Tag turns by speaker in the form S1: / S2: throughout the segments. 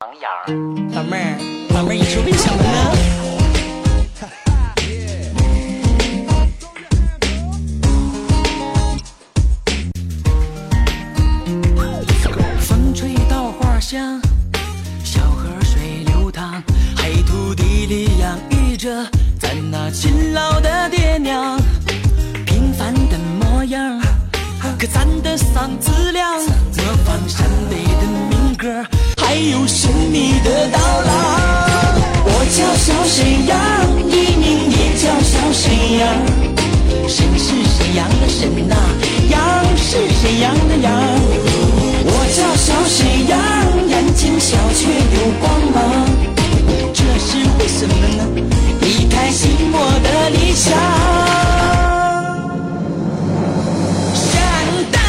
S1: 王眼儿。
S2: 老妹儿，老妹儿，你说为什么呢？
S3: 风吹稻花香，小河水流淌，黑土地里养育着咱那勤劳的爹娘。平凡的模样，可咱的嗓子亮，模仿陕北的民歌，还有神秘的刀郎。我叫小沈阳，艺名也叫小沈阳。沈是沈阳的沈呐、阳是沈阳的阳。我叫小沈阳，眼睛小却有光芒，这是为什么呢？离开心我的理想。闪淡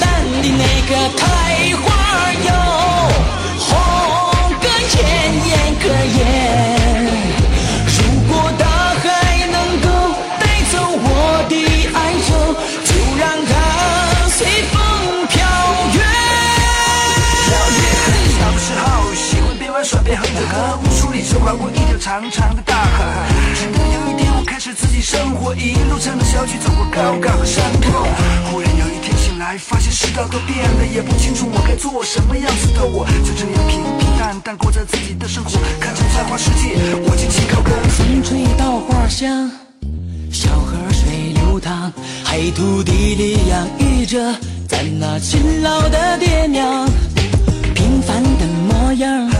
S3: 淡的那个开花哟，红个艳艳个艳。如果大海能够带走我的哀愁，就让它随风飘远。
S4: 小时候喜欢边玩耍边哼着歌，屋书里就玩过一条长长的大河。直到有一天我开始自己生活，一路唱着小曲走过高岗和山坡。忽然有一天醒来，发现世道都变了，也不清楚我该做什么样子的我，就这样平平淡淡过着自己的生活，看着繁华世界，我紧紧靠跟。
S3: 风吹稻花香，小河水流淌，黑土地里养育着咱那勤劳的爹娘。平凡的模样，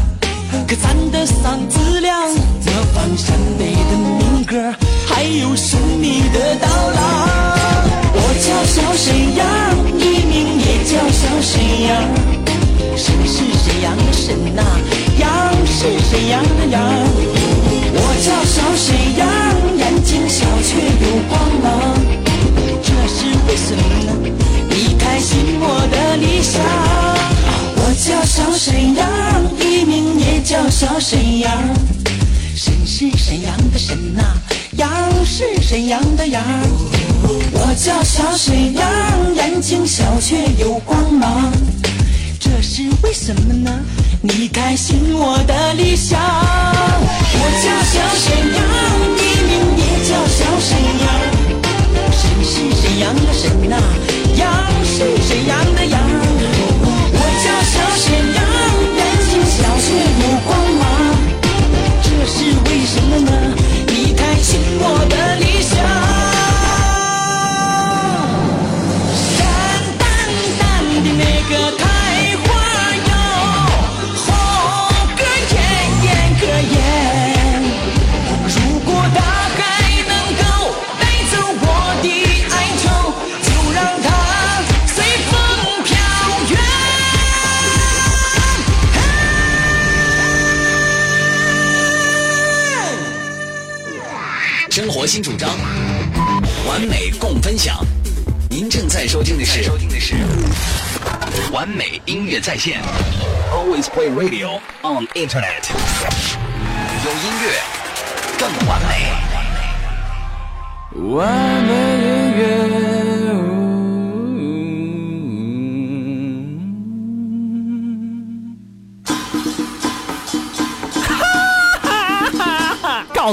S3: 可咱的嗓子亮，模仿陕北的民歌，还有神秘的刀郎。我叫小沈阳，艺名也叫小沈阳。沈是沈阳的沈呐、阳是沈阳的阳。我叫小沈阳，眼睛小却有光芒，这是为什么呢？离开心我的理想。我叫小沈阳，艺名也叫小沈阳。沈是沈阳的沈呐、阳是沈阳的阳。我叫小沈阳，眼睛小却有光芒。这是为什么呢？你开心我的理想。我叫小沈阳，艺名也叫小沈阳。沈是沈阳的沈呐、阳是沈阳的阳。我叫小沈阳，眼睛小却有光芒。这是为什么呢？你开心我的理想。山淡淡的那个开花哟，红个艳艳个艳。如果大海能够带走我的哀愁，就让它随风飘远。
S5: 生活新主张，完美共分享。您正在收听的是完美音乐在线，Always Play Radio on Internet。有音乐更完美。
S6: 完美音乐。嗯
S2: 告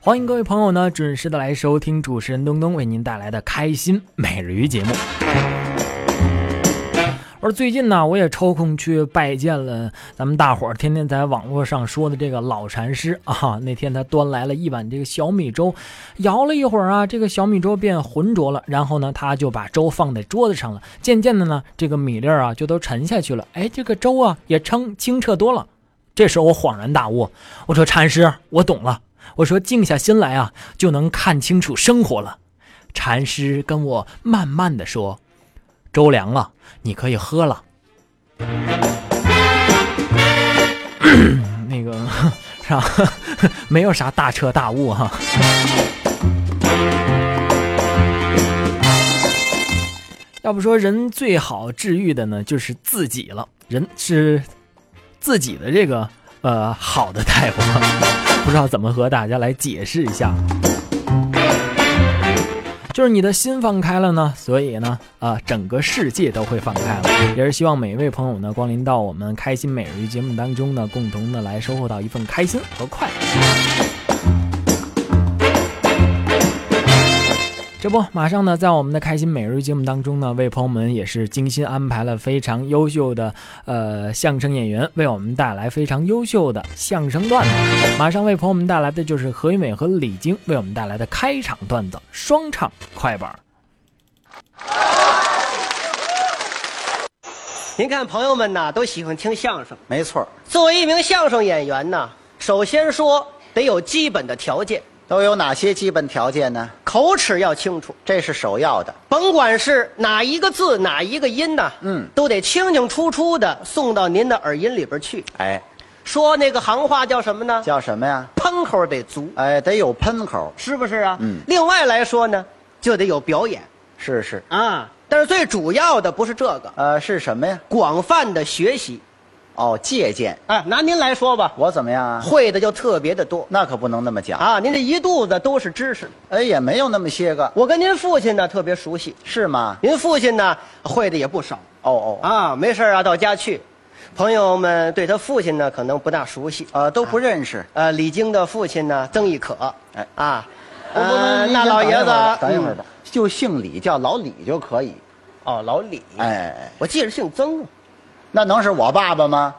S2: 欢迎各位朋友呢，准时的来收听主持人东东为您带来的开心每日鱼节目。而最近呢，我也抽空去拜见了咱们大伙儿天天在网络上说的这个老禅师啊。那天他端来了一碗这个小米粥，摇了一会儿啊，这个小米粥变浑浊了。然后呢，他就把粥放在桌子上了。渐渐的呢，这个米粒儿啊就都沉下去了。哎，这个粥啊也清清澈多了。这时候我恍然大悟，我说禅师，我懂了。我说静下心来啊，就能看清楚生活了。禅师跟我慢慢的说：“周凉了，你可以喝了。” 那个啥， 没有啥大彻大悟哈、要不说人最好治愈的呢，就是自己了。人是自己的这个呃好的大夫， 不知道怎么和大家来解释一下。就是你的心放开了呢，所以呢，啊、整个世界都会放开了。也是希望每一位朋友呢，光临到我们开心每日一节目当中呢，共同的来收获到一份开心和快乐。这不，马上呢，在我们的开心每日节目当中呢，为朋友们也是精心安排了非常优秀的呃相声演员，为我们带来非常优秀的相声段子。马上为朋友们带来的就是何云伟和李菁为我们带来的开场段子双唱快板。
S1: 您看，朋友们呐，都喜欢听相声。
S7: 没错儿，
S1: 作为一名相声演员呢，首先说得有基本的条件，
S7: 都有哪些基本条件呢？
S1: 口齿要清楚，
S7: 这是首要的。
S1: 甭管是哪一个字哪一个音呐，
S7: 嗯
S1: 都得清清楚楚的送到您的耳音里边去。
S7: 哎，
S1: 说那个行话叫什么呢？
S7: 叫什么呀？
S1: 喷口得足，
S7: 哎，得有喷口。
S1: 是不是啊？
S7: 嗯
S1: 另外来说呢，就得有表演
S7: 是是，
S1: 啊。但是最主要的不是这个，
S7: 呃，是什么呀？
S1: 广泛的学习。
S7: 哦，借鉴。
S1: 哎，拿您来说吧，
S7: 我怎么样啊？
S1: 会的就特别的多
S7: 那可不能那么讲。
S1: 啊。您这一肚子都是知识。
S7: 哎，也没有那么些个，
S1: 我跟您父亲呢特别熟悉，
S7: 是吗？
S1: 您父亲呢会的也不少
S7: 哦哦，
S1: 啊，没事儿啊到家去，朋友们对他父亲呢可能不大熟悉，
S7: 呃，都不认识。
S1: 呃，李菁的父亲呢曾轶可，
S7: 哎
S1: 啊，
S7: 不不
S1: 呃
S7: 不
S1: 那老爷
S7: 等一
S1: 子
S7: 会儿吧等一会儿吧
S1: 嗯，
S7: 就姓李，叫老李就可以。
S1: 哦老李，
S7: 哎，
S1: 我记着姓曾啊，
S7: 那能是我爸爸吗？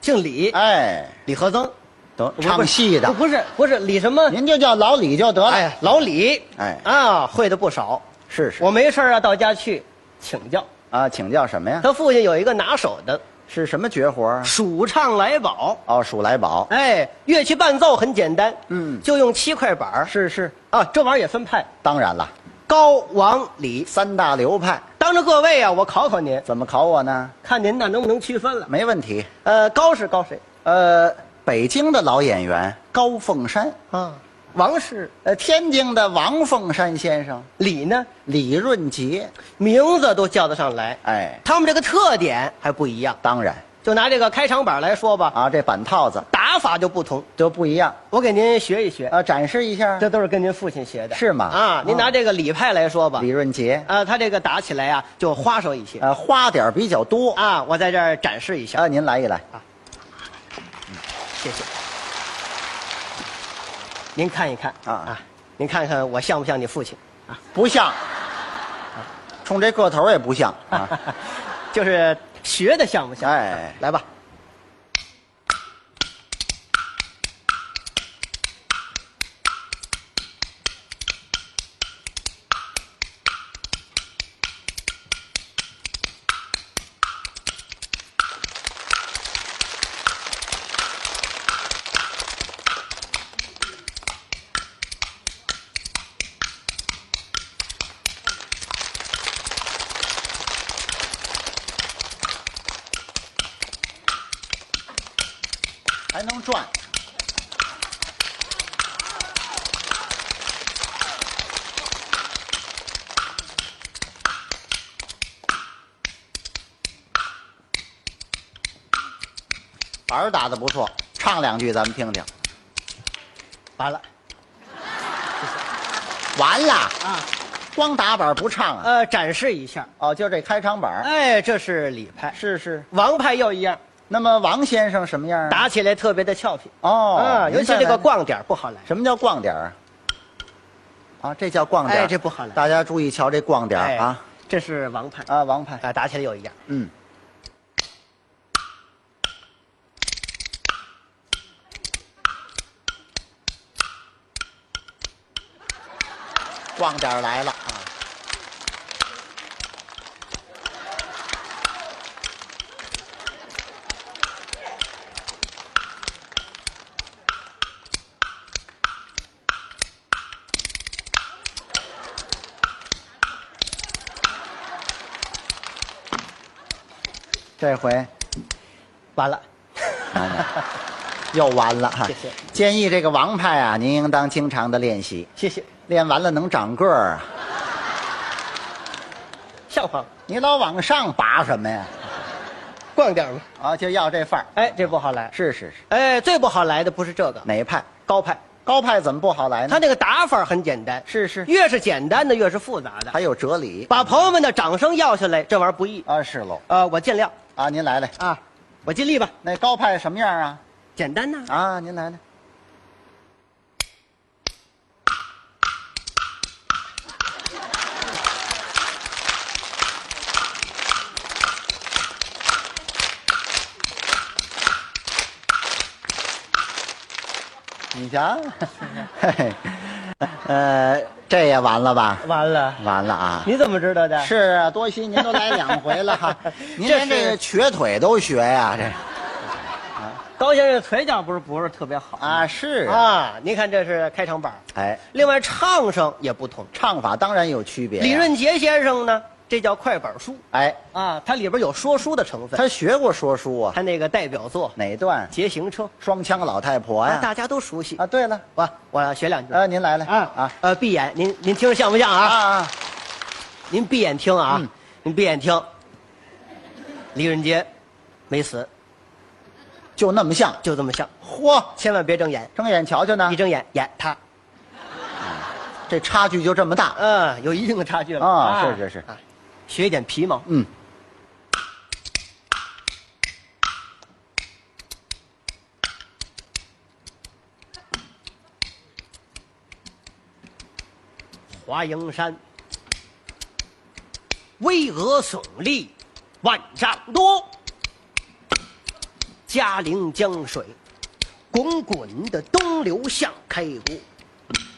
S1: 姓李，
S7: 哎，
S1: 李和曾，
S7: 等
S1: 不是
S7: 唱戏的，
S1: 不是不是李什么，
S7: 您就叫老李就得了。
S1: 哎老李，
S7: 哎
S1: 啊会的不少，
S7: 是是
S1: 我没事儿啊到家去请教，
S7: 啊，请教什么呀？
S1: 他父亲有一个拿手的
S7: 是什么绝活啊？
S1: 数唱来宝。
S7: 哦，数来宝。
S1: 哎，乐器伴奏很简单，
S7: 嗯
S1: 就用七块板儿
S7: 是是，
S1: 啊，这玩意儿也分派，
S7: 当然了，
S1: 高、王、李。
S7: 三大流派
S1: 当着各位啊，我考考您，
S7: 怎么考我呢？
S1: 看您呢能不能区分了。
S7: 没问题。
S1: 呃，高是高谁？
S7: 呃，北京的老演员高凤山，
S1: 啊，王是
S7: 呃，天津的王凤山先生
S1: 李呢，
S7: 李润杰，
S1: 名字都叫得上来。
S7: 哎，
S1: 他们这个特点还不一样，
S7: 当然
S1: 就拿这个开场板来说吧，
S7: 啊，这板套子
S1: 打法就不同。
S7: 都不一样
S1: 我给您学一学，
S7: 啊，展示一下。
S1: 这都是跟您父亲学的，
S7: 是吗
S1: 啊，您拿这个李派来说吧
S7: 李，润杰，
S1: 啊，他这个打起来啊就花哨一些
S7: 呃，花点儿比较多啊，
S1: 啊，我在这儿展示一下。啊
S7: 您来一来，
S1: 谢谢。您看一看
S7: 啊
S1: 您看看我像不像你父亲？啊
S7: 不像，冲这个头儿也不像啊，
S1: 就是学的像不像？
S7: 哎，
S1: 来吧，
S7: 还能转，板儿打的不错，唱两句咱们听听。
S1: 完了。
S7: 完了
S1: 啊，
S7: 光打板儿不唱啊？
S1: 呃，展示一下。
S7: 哦，就这开场板儿。
S1: 哎，这是李派，
S7: 是是。
S1: 王派又一样，
S7: 那么王先生什么样啊？
S1: 打起来特别的俏皮。
S7: 哦
S1: 啊，
S7: 您
S1: 尤其
S7: 再
S1: 这个
S7: 来
S1: 逛点儿不好来。
S7: 什么叫逛点儿啊？啊，这叫逛点儿
S1: 哎这不哎好来
S7: 大家注意瞧这逛点儿啊，
S1: 这是王派
S7: 啊，王派，
S1: 啊，打起来又一样。
S7: 嗯，逛点儿来了啊，这回
S1: 完了，
S7: 哦
S1: 又完了
S7: 哈
S1: 谢谢，
S7: 建议这个王派啊，您应当经常的练习，
S1: 谢谢，
S7: 练完了能长个儿啊。
S1: 像话吗？
S7: 你老往上拔什么呀？
S1: 逛点儿吧。
S7: 啊，就要这范儿。
S1: 哎，这不好来。
S7: 是是是，
S1: 哎，最不好来的不是这个，
S7: 哪派？
S1: 高派，
S7: 高派怎么不好来
S1: 他
S7: 呢？
S1: 那个打法很简单，
S7: 是是，
S1: 越是简单的越是复杂的。
S7: 还有哲理
S1: 把朋友们的掌声要下来，这玩意儿不易。
S7: 啊，是喽
S1: 呃，我尽量
S7: 啊，您来来，
S1: 啊，我尽力吧。
S7: 那高派什么样啊？
S1: 简单呐，
S7: 啊，您来来，你瞧， 嘿嘿，呃，这也完了吧？
S1: 完了，
S7: 完了啊！
S1: 你怎么知道的？
S7: 是啊，多西，您都来两回了 哈，您
S1: 这
S7: 连这
S1: 是
S7: 个瘸腿都学呀、这
S1: 高先生腿脚不是不是特别好
S7: 啊是啊，
S1: 啊？您看这是开场板儿，
S7: 哎，
S1: 另外唱声也不同。
S7: 唱法当然有区别、
S1: 李，润杰先生呢，这叫快板书
S7: 哎，
S1: 啊，它里边有说书的成分。
S7: 他学过说书啊，
S1: 他那个代表作《
S7: 哪段？
S1: 捷行车
S7: 双枪老太》婆
S1: 啊，
S7: 呀？
S1: 大家都熟悉
S7: 啊，。对了，
S1: 我我学两句
S7: 啊，您来了，
S1: 啊
S7: 啊
S1: 呃，闭眼，您您听着像不像
S7: 啊
S1: 啊？
S7: 啊，
S1: 您闭眼听啊
S7: 嗯，
S1: 您闭眼听。李润杰没死，
S7: 就那么像，
S1: 就这么像，
S7: 嚯，
S1: 千万别睁眼，
S7: 睁眼瞧瞧呢
S1: 一，睁眼演他，
S7: 这差距就这么大
S1: 嗯，有一定的差距了
S7: 啊！是是是，
S1: 啊，学一点皮毛，
S7: 嗯，
S1: 华蓥山，巍峨耸立，万丈多。嘉陵江水，滚滚的东流向开国。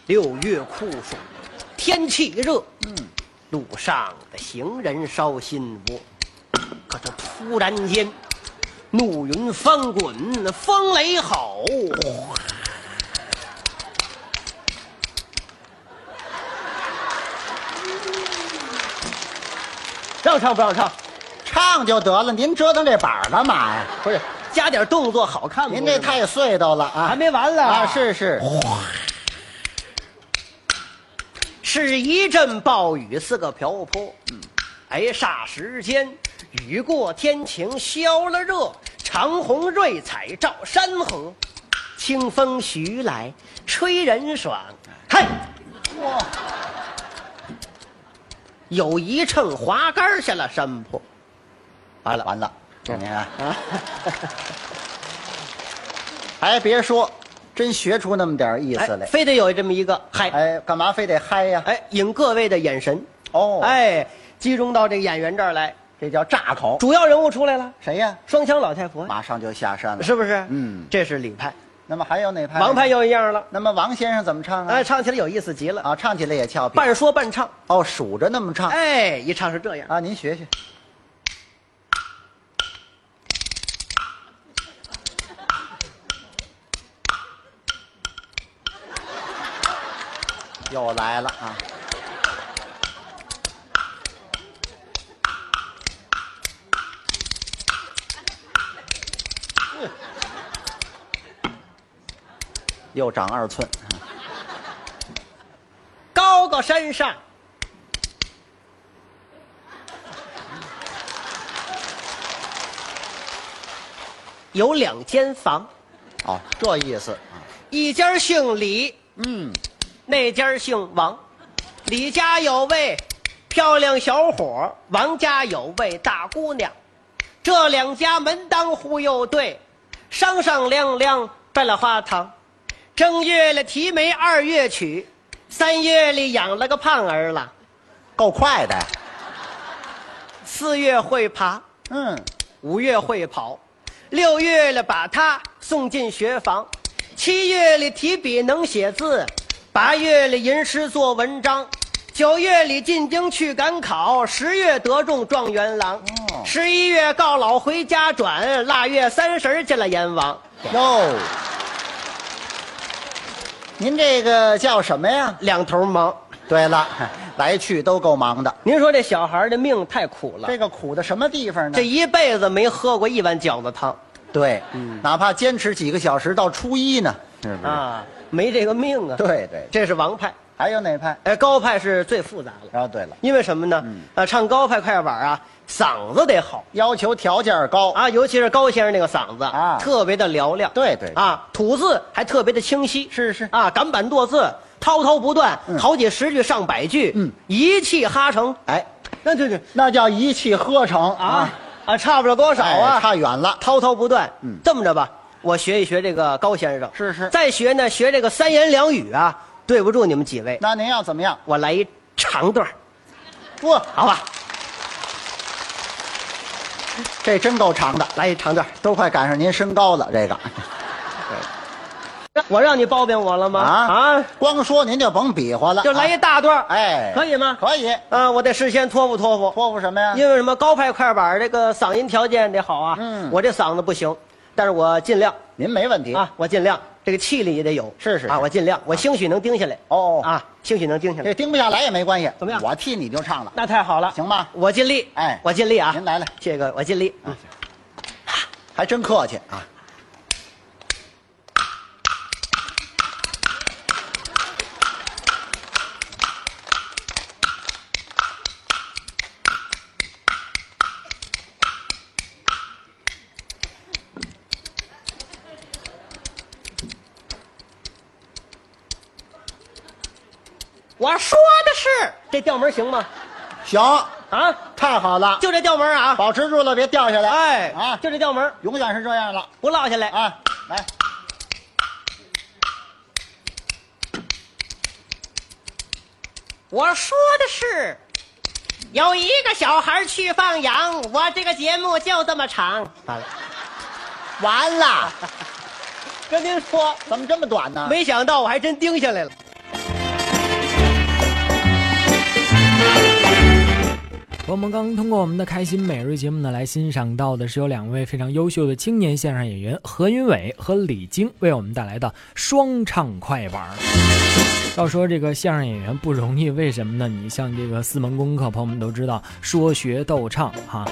S1: 六月酷暑，天气热，嗯，路上的行人烧心窝。可这突然间，怒云翻滚，风雷吼，让唱不让唱？
S7: 唱就得了，您折腾这板儿干嘛呀？
S1: 不是，加点动作好看吗？
S7: 您这太碎叨了啊！
S1: 还没完了
S7: 啊，是是，
S1: 是一阵暴雨，似个瓢泼。嗯，哎，霎时间，雨过天晴，消了热，长虹瑞彩照山河，清风徐来，吹人爽。嘿，哇！有一乘滑竿下了山坡，
S7: 完了完了，您看，
S1: 啊
S7: 哎，别说，真学出那么点儿意
S1: 哎
S7: 思来，
S1: 非得有这么一个嗨，
S7: 哎，干嘛非得嗨呀？
S1: 哎，引各位的眼神，
S7: 哦，，
S1: 哎，集中到这个演员这儿来。
S7: 这叫炸口，
S1: 主要人物出来了，
S7: 谁呀？
S1: 双枪老太婆，
S7: 马上就下山了，
S1: 是不是？
S7: 嗯
S1: 这是李派，
S7: 那么还有哪派？
S1: 王派。又一样了，
S7: 那么王先生怎么唱啊？
S1: 哎，唱起来有意思极了，
S7: 啊，唱起来也俏皮。
S1: 半说半唱，
S7: 哦，数着那么唱。
S1: 哎，一唱是这样，
S7: 啊，您学学。又来了啊！又长二寸，啊
S1: 高高山上，有两间房，
S7: 哦，这意思啊，
S1: 一家姓李，
S7: 嗯，
S1: 那家姓王，李家有位漂亮小伙儿，王家有位大姑娘，这两家门当户又对，商商量量办了花堂，正月里提媒二月娶，三月里养了个胖儿了，
S7: 够快的，
S1: 四月会爬，
S7: 嗯，
S1: 五月会跑，六月了把他送进学房，七月里提笔能写字，八月里吟诗作文章，九月里进京去赶考，十月得中状元郎，
S7: 哦
S1: 十一月告老回家转，腊月三十儿见了阎王。
S7: 哟，您这个叫什么呀？
S1: 两头忙，
S7: 对了， 来去都够忙的。
S1: 您说这小孩的命太苦了，
S7: 这个苦的什么地方呢？
S1: 这一辈子没喝过一碗饺子汤
S7: 对，哪怕坚持几个小时到初一呢，嗯是不是？
S1: 啊，没这个命啊。，
S7: 对对，
S1: 这是王派，
S7: 还有哪派？
S1: 哎，高派是最复杂了，
S7: 然后对了，嗯
S1: 因为什么呢？啊，唱高派快板啊，嗓子得好
S7: 要求条件高，
S1: 啊，尤其是高先生那个嗓子
S7: 啊
S1: 特别的嘹亮。
S7: 对对对
S1: 啊，吐字还特别的清晰。
S7: 是是
S1: 啊，赶板剁字，滔滔不断，
S7: 嗯
S1: 好几十句上百句，嗯，一气哈成。
S7: 哎，
S1: 那就是
S7: 那叫一气呵成
S1: 啊啊，差不了多少啊，
S7: 哎差远了
S1: 滔滔不断。
S7: 嗯
S1: 这么着吧，我学一学这个高先生，
S7: 是是
S1: 再学呢，学这个三言两语啊。对不住你们几位，
S7: 那您要怎么样？
S1: 我来一长段儿，
S7: 不，
S1: 好吧？
S7: 这真够长的，
S1: 来一长段儿，
S7: 都快赶上您身高了。这个
S1: 我让你褒贬我了吗？啊，
S7: 光说您就甭比划了，
S1: 就来一
S7: 啊
S1: 大段儿，
S7: 哎，
S1: 可以吗？
S7: 可以，
S1: 啊，我得事先托付托付，
S7: 托付什么呀？
S1: 因为什么？高派快板儿这个嗓音条件得好啊。
S7: 嗯
S1: 我这嗓子不行，但是我尽量
S7: 您没问题，
S1: 啊，我尽量，这个气力也得有。
S7: 是是
S1: 啊，
S7: 是
S1: 我尽量，我兴许能盯下来。
S7: 哦哦
S1: 啊，兴许能盯下来
S7: 这。盯不下来也没关系，
S1: 怎么样
S7: 我替你就唱了，
S1: 那太好了，
S7: 行吧
S1: 我尽力，
S7: 哎
S1: 我尽力啊！
S7: 您来了啊
S1: 这个我尽力。嗯
S7: 还真客气啊。
S1: 我说的是这调门行吗？
S7: 行，
S1: 啊，
S7: 太好了，
S1: 就这调门啊！
S7: 保持住了，别掉下来。
S1: 哎，
S7: 啊，
S1: 就这调门，
S7: 永远是这样了
S1: 不落下来。
S7: 啊！来，
S1: 我说的是，有一个小孩去放羊，我这个节目就这么长。完了，
S7: 完了，
S1: 跟您说，
S7: 怎么这么短呢？
S1: 没想到我还真盯下来了。
S2: 我们刚通过我们的开心每日节目呢，来欣赏到的是由两位非常优秀的青年相声演员何云伟和李菁为我们带来的双唱快板儿。要说这个相声演员不容易，为什么呢？你像这个四门功课，朋友们都知道，说学逗唱哈、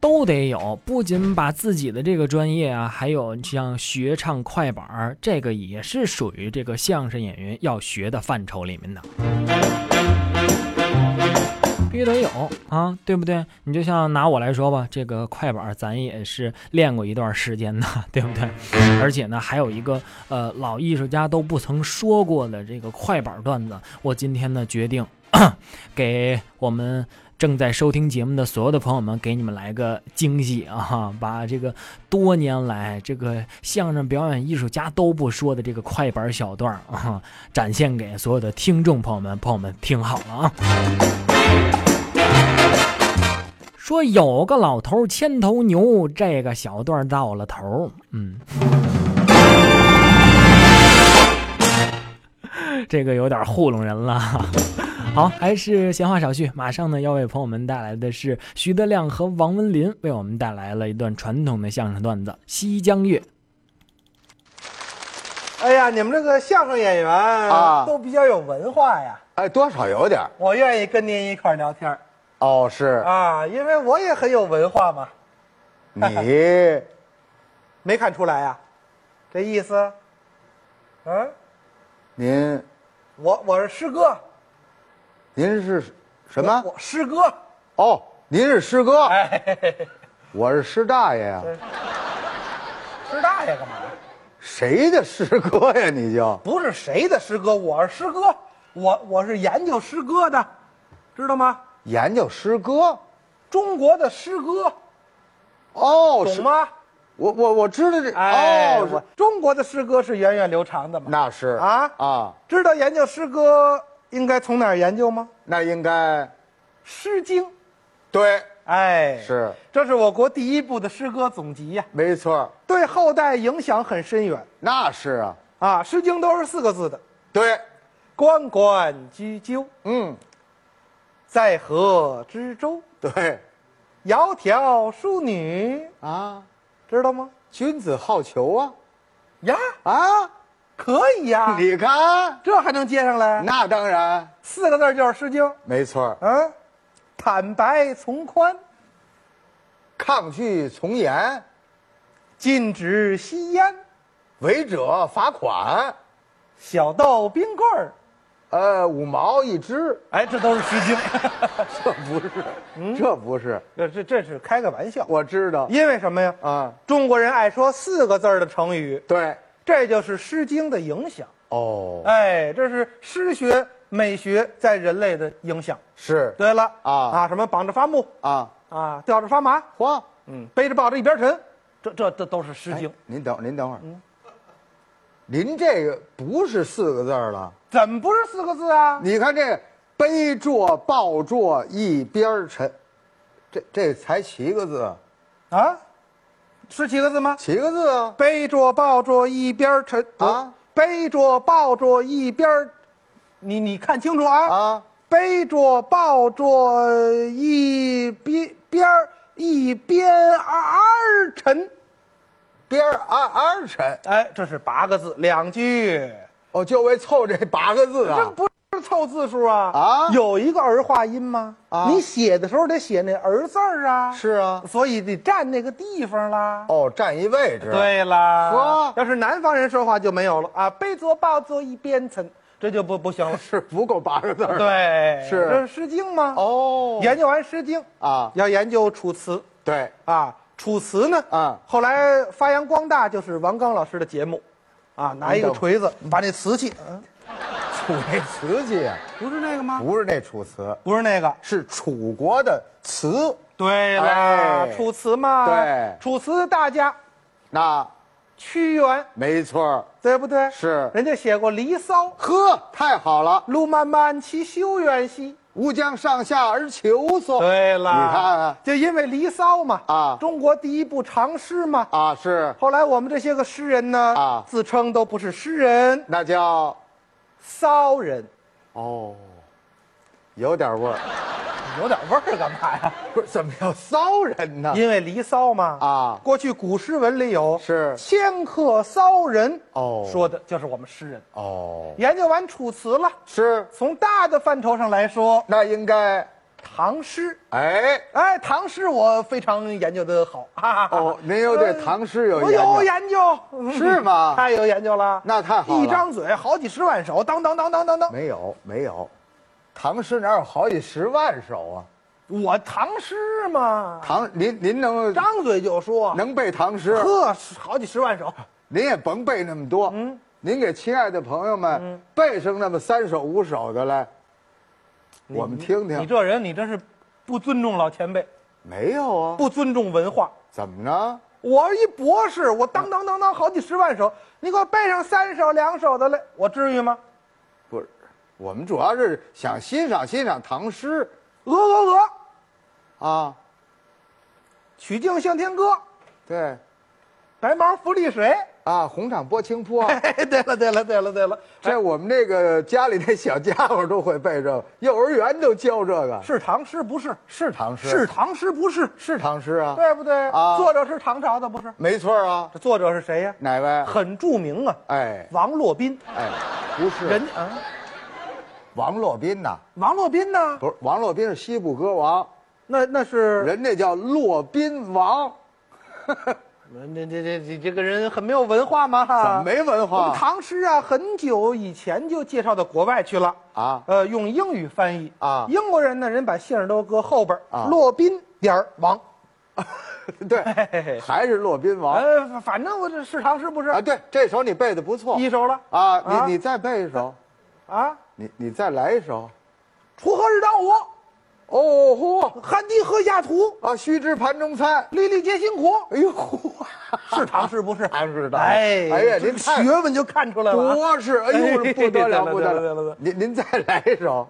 S2: 都得有，不仅把自己的这个专业啊，还有像学唱快板儿，这个也是属于这个相声演员要学的范畴里面的。必须得有啊，对不对？你就像拿我来说吧，这个快板儿咱也是练过一段时间的，对不对？而且呢，还有一个呃老艺术家都不曾说过的这个快板儿段子，我今天呢决定 给我们正在收听节目的所有的朋友们，给你们来个惊喜啊！把这个多年来这个相声表演艺术家都不说的这个快板儿小段儿啊，展现给所有的听众朋友们，朋友们听好了啊！说有个老头儿牵头牛，这个小段儿到了头儿， 嗯，这个有点糊弄人了。 好，还是闲话少叙，马上呢要为朋友们带来的是徐德亮和王文林为我们带来了一段传统的相声段子《西江月》。
S8: 哎呀，你们这个相声演员
S9: 啊
S8: 都比较有文化呀，
S9: 哎，多少有点儿
S8: 我愿意跟您一块儿聊天儿
S9: 哦，是
S8: 啊，因为我也很有文化嘛，
S9: 你
S8: 没看出来呀、这意思？嗯，
S9: 您
S8: 我我是师哥，
S9: 您是什么？
S8: 我师哥，
S9: 哦，您是师哥，
S8: 哎，嘿嘿嘿
S9: 我是师大
S7: 啊
S9: 爷呀。
S8: 师大爷干嘛呀？
S9: 谁的师哥呀？你就
S8: 不是谁的师哥，我是师哥，我我是研究诗歌的，知道吗？
S9: 研究师哥？
S8: 中国的诗歌，
S9: 哦，
S8: 懂
S9: 是？
S8: 吗？
S9: 我我我知道这。
S8: 哎，
S9: 哦，
S8: 我
S9: 是
S8: 中国的诗歌是源远流长的嘛。
S9: 那是
S8: 啊
S9: 啊，
S8: 知道研究诗歌应该从哪儿研究吗？
S9: 那应该
S8: 《诗经》。
S9: 对，
S8: 哎，
S9: 是，
S8: 这是我国第一部的诗歌总集呀、
S9: 没错儿，
S8: 对后代影响很深远
S9: 那是啊，
S8: 啊。《诗经》都是四个字的：
S9: 对，
S8: 关关雎鸠，
S9: 嗯，
S8: 在河之洲。
S9: 对
S8: 窈窕淑女，
S9: 啊，
S8: 知道吗？
S9: 君子好逑啊
S8: 呀，
S9: 啊，可以呀、
S10: 你看，
S9: 这还能接上来？
S10: 那当然，
S9: 四个字儿就是《诗经》
S10: 没错儿，
S9: 啊，坦白从宽，
S10: 抗拒从严，
S9: 禁止吸烟，
S10: 违者罚款，
S9: 小豆冰棍儿。
S10: 呃，五毛一只，
S9: 哎，这都是《诗经》 嗯
S10: 这不是，这不是，
S9: 这这这是开个玩笑。
S10: 我知道
S9: 因为什么呀？
S10: 啊，
S9: 中国人爱说四个字儿的成语，
S10: 对，
S9: 这就是《诗经》的影响。
S10: 哦，
S9: 哎，这是诗学、美学在人类的影响。
S10: 是
S9: 对了
S10: 啊
S9: 啊，什么绑着发木
S10: 啊，
S9: 啊，吊着发麻，
S10: 嚯，哎
S9: 嗯，背着抱着一边沉，这这这都是《诗经》。
S10: 您等您等会儿，您这个不是四个字儿了，
S9: 怎么不是四个字啊？
S10: 你看这个背坐抱坐一边儿沉，这这才七个字，
S9: 啊，是七个字吗？
S10: 七个字啊，
S9: 背着抱着一边沉
S10: 啊，
S9: 背着抱着一边儿，你你看清楚啊
S10: 啊，
S9: 背着抱着一边边儿一边儿沉，
S10: 边儿二二沉，
S9: 哎，这是八个字，两句。
S10: 哦，就为凑这八个字
S9: 这个
S10: 啊，
S9: 不是凑字数啊
S10: 啊
S9: 有一个儿化音吗？
S10: 啊
S9: 你写的时候得写那儿字儿啊，
S10: 是啊
S9: 所以得占那个地方啦。
S10: 哦，占一位置，，
S9: 对啦，
S10: 呵。
S9: 要是南方人说话就没有了啊，背坐抱坐一边沉，这就不不行了
S10: 是不够八个字儿，，
S9: 对，
S10: 是
S9: 这是《诗经》吗？，
S10: 哦，
S9: 研究完《诗经》
S10: 啊
S9: 要研究《楚辞
S10: 对，》
S9: 啊，《楚辞》呢，
S10: 啊
S9: 后来发扬光大就是王刚老师的节目，啊，拿一个
S10: 您等
S9: 锤子把那瓷器，嗯，
S10: 楚那瓷器啊，
S9: 不是那个吗？
S10: 不是那楚辞，
S9: 不是那个，
S10: 是楚国的词，
S9: 对啦，
S10: 哎
S9: 楚辞嘛，
S10: 对
S9: 楚辞大家
S10: 那
S9: 屈原，
S10: 没错儿，
S9: 对不对？
S10: 是
S9: 人家写过《离骚》，
S10: 呵，太好了。
S9: 路漫漫其修远兮。
S10: 吾将上下而求索。
S9: 对了，
S10: 你看看
S9: 就因为《离骚》嘛，
S10: 啊
S9: 中国第一部长诗嘛。
S10: 啊，是
S9: 后来我们这些个诗人呢，
S10: 啊
S9: 自称都不是诗人，
S10: 那叫
S9: 骚人，
S10: 哦，有点味儿，
S9: 有点味儿干嘛呀？
S10: 不是怎么叫骚人呢？
S9: 因为《离骚》嘛，
S10: 啊
S9: 过去古诗文里有
S10: 是
S9: 迁客骚人，
S10: 哦
S9: 说的就是我们诗人。
S10: 哦，
S9: 研究完《楚辞》了，
S10: 是
S9: 从大的范畴上来说，
S10: 那应该
S9: 唐诗，
S10: 哎
S9: 哎，唐诗我非常研究的好，哈哈哈
S10: 哦，您又对唐诗有
S9: 我
S10: 研
S9: 有
S10: 究？
S9: 研究，
S10: 是吗
S9: 太有研究了，
S10: 那太好了
S9: 一张嘴好几十万首，当当当当当当。
S10: 没有没有，唐诗哪有好几十万首啊？
S9: 我唐诗嘛，
S10: 唐您您能
S9: 张嘴就说，
S10: 能背唐诗？
S9: 呵，好几十万首。
S10: 您也甭背那么多，嗯，您给亲爱的朋友们、背上那么三首五首的来，我们听听。
S9: 你这人，你真是不尊重老前辈，
S10: 没有啊？
S9: 不尊重文化。
S10: 怎么呢？
S9: 我一博士，我当当当当好几十万首，你给我背上三首两首的来，我至于吗？
S10: 不是，我们主要是想欣赏欣赏唐诗
S9: 鹅鹅鹅，
S10: 啊。
S9: 曲径向天歌，
S10: 对，
S9: 白毛浮绿水。
S10: 啊，红掌拨清波，
S9: 哎， 对了对了对了对哎了，
S10: 这我们这个家里那小家伙都会背这个，幼儿园都教这个。
S9: 是唐诗不是？
S10: 是唐诗，
S9: 是唐诗不是？
S10: 是唐诗啊，
S9: 对不对？
S10: 啊
S9: 作者是唐朝的不是？
S10: 没错啊。
S9: 这作者是谁呀、
S10: 哪位？
S9: 很著名啊，
S10: 哎
S9: 王洛宾。
S10: 哎，不是
S9: 人家啊，
S10: 王洛宾呐，
S9: 王洛宾呢？
S10: 不是王洛宾是西部歌王，
S9: 那那是
S10: 人家叫洛宾王，
S9: 这这这这这个人很没有文化吗？
S10: 怎么没文
S9: 我们
S10: 化
S9: 啊唐诗啊，很久以前就介绍到国外去了
S10: 啊
S9: 呃，用英语翻译
S10: 啊
S9: 英国人呢，人把姓儿都搁后边儿
S10: 啊
S9: 洛宾点儿王。嘿 嘿
S10: 对，
S9: 嘿
S10: 还是洛宾王
S9: 呃，反正我这是唐诗不是？
S10: 啊。对，这首你背的不错
S9: 一首了
S10: 啊，
S9: 啊
S10: 你你再背一首，
S9: 啊，
S10: 你你再来一首。
S9: 锄禾日当午，
S10: 哦嚯
S9: 汗滴禾下土，
S10: 啊，须知盘中餐。
S9: 粒粒皆辛苦。
S10: 哎呦，嚯
S9: 是唐诗不是？
S10: 唐诗的
S9: 哎
S10: 哎呀，您太
S9: 学问就看出来了啊。
S10: 博士，哎呦，
S9: 哎
S10: 不得了
S9: 对了
S10: 不得
S9: 对了对了对
S10: 了
S9: 了。
S10: 您您再来一首，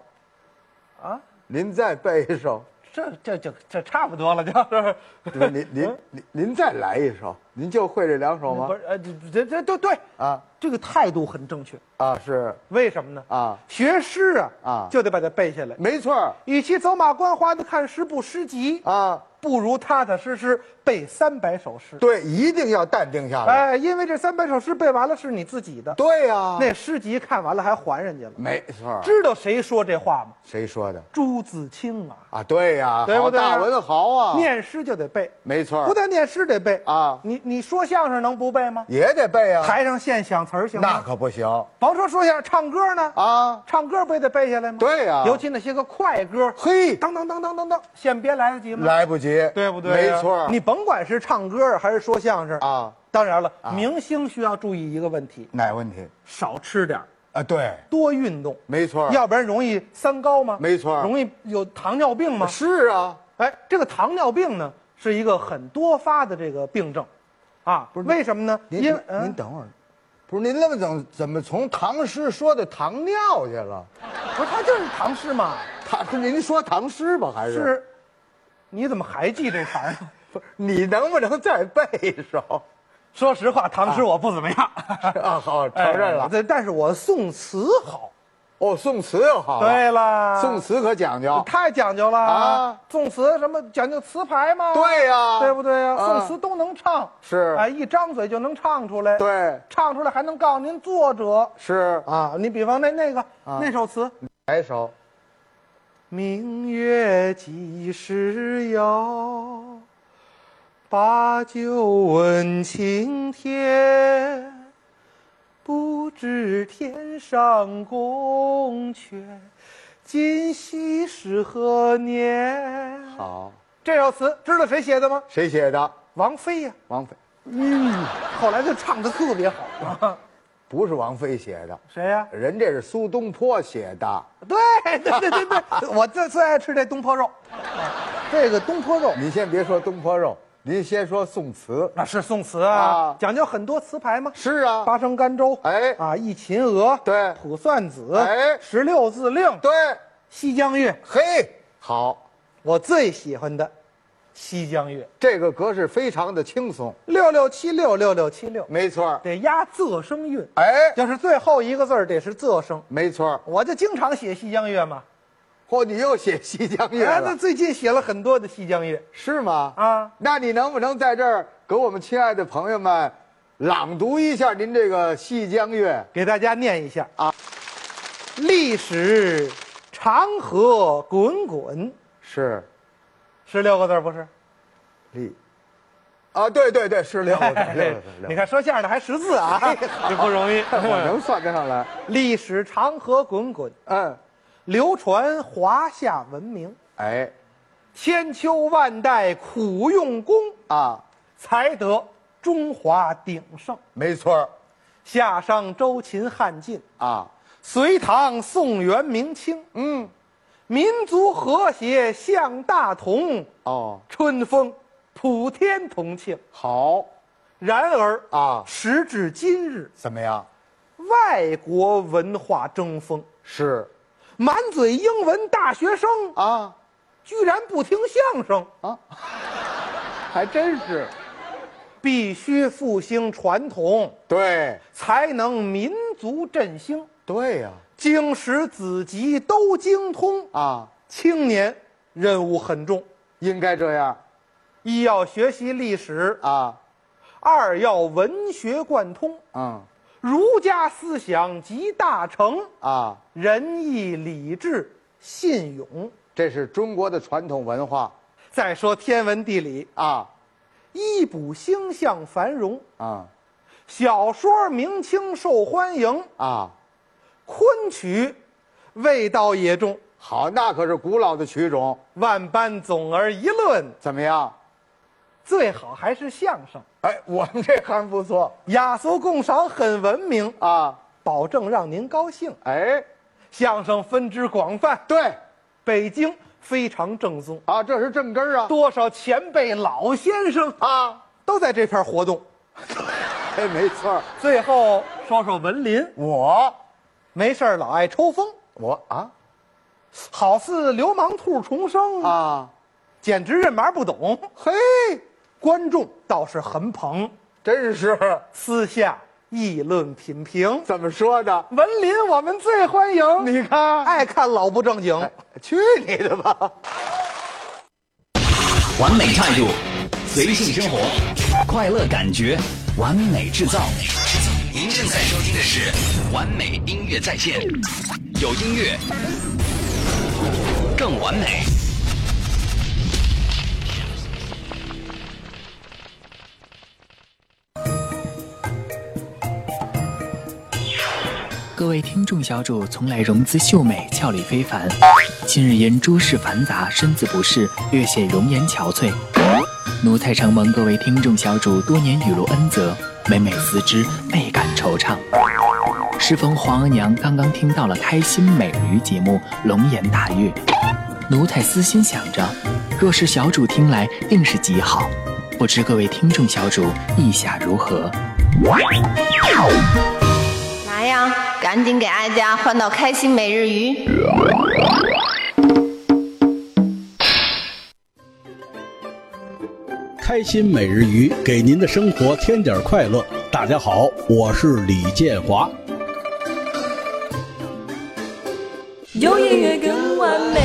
S9: 啊，
S10: 您再背一首，
S9: 这这这这差不多了，就是
S10: 不是您您您您再来一首。
S11: 您就会这两首吗
S9: 不？是，呃，这这这对对
S11: 啊，
S9: 这个态度很正确。
S11: 啊，是
S9: 为什么呢？
S11: 啊
S9: 学诗啊
S11: 啊
S9: 就得把它背下来。
S11: 没错儿
S9: 与其走马观花的看十部诗集
S11: 啊，
S9: 不如踏踏实实背三百首诗。
S11: 对，一定要淡定下来。
S9: 哎，因为这三百首诗背完了是你自己的，
S11: 对呀，啊
S9: 那诗集看完了还还人家了。
S11: 没错儿。
S9: 知道谁说这话吗？
S11: 谁说的
S9: 朱自清啊，
S11: 啊？对呀，
S9: 对不
S11: 好
S9: 对？
S11: 大文豪啊，
S9: 念诗就得背，
S11: 没错儿，
S9: 不但念诗得背
S11: 啊
S9: 你你说相声能不背吗？
S11: 也得背啊。
S9: 台上现想词儿行吗？
S11: 那可不行
S9: 甭哦说说相声，唱歌呢
S11: 啊！
S9: 唱歌不也得背下来吗？
S11: 对呀
S9: 尤其那些个快歌，
S11: 嘿，
S9: 当当当当当当，现编来得及吗？，
S11: 来不及，
S9: 对不对呀？
S11: 没错儿，
S9: 你甭管是唱歌还是说相声
S11: 啊，
S9: 当然了，明星需要注意一个问题：
S11: 哪问题
S9: 少吃点儿，
S11: 啊？对，
S9: 多运动，
S11: 没错儿，
S9: 要不然容易三高吗？
S11: 没错
S9: 容易有糖尿病吗？
S11: 是啊，
S9: 哎，这个糖尿病呢是一个很多发的这个病症，啊，
S11: 不是
S9: 为什么呢？
S11: 您
S9: 因为嗯
S11: 您您等会儿，不是您怎么怎怎么从唐诗说到糖尿去了？
S9: 不是他就是唐诗嘛，
S11: 他不是您说唐诗吧？还是
S9: 是，你怎么还记这茬儿呢？
S11: 不是你能不能再背一首？
S9: 说实话，唐诗我不怎么样
S11: 啊好承认了
S9: 哎对但是我宋词好。
S11: 哦，宋词又好了，
S9: 对了，
S11: 宋词可讲究。
S9: 太讲究了
S11: 啊！
S9: 宋词什么讲究词牌嘛？
S11: 对呀
S9: 对不对呀？
S11: 啊
S9: 宋词都能唱，
S11: 是
S9: 哎，一张嘴就能唱出来。
S11: 对
S9: 唱出来还能告诉您作者
S11: 是啊
S9: 啊。你比方那那个那首词，
S11: 哪一首？
S9: 明月几时有？把酒问青天，不知天上宫阙，今夕是何年？，
S11: 好，
S9: 这首词知道谁写的吗？
S11: 谁写的？
S9: 王菲呀、嗯
S11: 王菲，
S9: 后来就唱的特别好。
S11: 不是王菲写的，
S9: 谁呀、
S11: 人这是苏东坡写的。
S9: 对对对对 对，我最最爱吃这东坡肉，这个东坡肉
S11: 您先别说东坡肉，您先说宋词。
S9: 那是宋词啊
S11: 啊，
S9: 讲究很多词牌吗？
S11: 是啊，
S9: 八声甘州，
S11: 哎
S9: 啊，一秦娥，
S11: 对
S9: 卜算子，
S11: 哎
S9: 十六字令，
S11: 对，
S9: 西江月，
S11: 嘿，好，
S9: 我最喜欢的西江月，
S11: 这个格式非常的轻松，
S9: 六六七六六六七六，
S11: 没错儿。
S9: 得押仄声韵，
S11: 哎，
S9: 就是最后一个字儿得是仄声。
S11: 没错儿。
S9: 我就经常写西江月嘛，
S11: 嚯，你又写西江月
S9: 哎那
S11: 了，
S9: 最近写了很多的西江月，
S11: 是吗？
S9: 啊
S11: 那你能不能在这儿给我们亲爱的朋友们朗读一下您这个《西江月》？
S9: 给大家念一下啊。历史长河滚滚，
S11: 是，
S9: 十六个字儿不是？
S11: 立，啊，对对对，是 六个字，六个字，
S9: 你
S11: 六个字，
S9: 看说相声的还识字 啊，这不容 易。
S11: 我能算得上来。
S9: 历史长河滚滚，
S11: 嗯，
S9: 流传华夏文明，
S11: 哎，
S9: 千秋万代苦用功，
S11: 啊，
S9: 才得中华鼎盛。
S11: 没错儿
S9: 夏商周秦汉晋，
S11: 啊，
S9: 隋唐宋元明清，
S11: 嗯，
S9: 民族和谐向大同，
S11: 哦，
S9: 春风普天同庆。
S11: 好
S9: 然而
S11: 啊，
S9: 时至今日，
S11: 怎么样？
S9: 外国文化争锋，
S11: 是
S9: 满嘴英文大学生
S11: 啊
S9: 居然不听相声，
S11: 啊，还真是，
S9: 必须复兴传统，
S11: 对
S9: 才能民族振兴。
S11: 对呀、
S9: 经史子集都精通，
S11: 啊，
S9: 青年任务很重：
S11: 应该这样
S9: 一要学习历史，
S11: 啊，
S9: 二要文学贯通，
S11: 嗯
S9: 儒家思想集大成，
S11: 啊，
S9: 仁义礼智信勇。
S11: 这是中国的传统文化
S9: 再说天文地理，
S11: 啊
S9: 医补星象繁荣，
S11: 啊
S9: 小说明清受欢迎，
S11: 啊，
S9: 昆曲味道也重。
S11: 好，那可是古老的曲种，
S9: 万般总而一论，
S11: 怎么样？
S9: 最好还是相声。
S11: 哎，我们这行不错
S9: 雅俗共赏很文明，
S11: 啊，
S9: 保证让您高兴。
S11: 哎，
S9: 相声分支广泛，
S11: 对
S9: 北京非常正宗，
S11: 啊，这是正根儿啊
S9: 多少前辈老先生
S11: 啊，
S9: 都在这片活动。
S11: 哎，没错儿，
S9: 最后说说文林，
S11: 我
S9: 没事儿老爱抽风，
S11: 我啊
S9: 好似流氓兔重生，
S11: 啊，
S9: 简直认麻不懂。
S11: 嘿，
S9: 观众倒是很捧，真是
S12: 私下议论品评。
S9: 怎么说的？
S12: 文林我们最欢迎，
S9: 你看哎
S12: 爱看老不正经，
S9: 去你的吧！
S5: 完美态度，随性生活，快乐感觉，完美制造。您正在收听的是《完美音乐在线》，有音乐更完美。
S13: 各位听众小主从来容姿秀美，俏丽非凡，近日因诸事繁杂，身子不适，略显容颜憔悴。奴才承蒙各位听众小主多年雨露恩泽，每每思之，倍感惆怅。适逢皇额娘刚刚听到了《开心美驴》节目，龙颜大悦。奴才私心想着，若是小主听来，定是极好。不知各位听众小主意下如何？
S14: 来呀，赶紧给哀家换到开心每日鱼。
S15: 开心每日鱼给您的生活添点快乐。大家好，我是李建华。
S16: 有音乐更完美。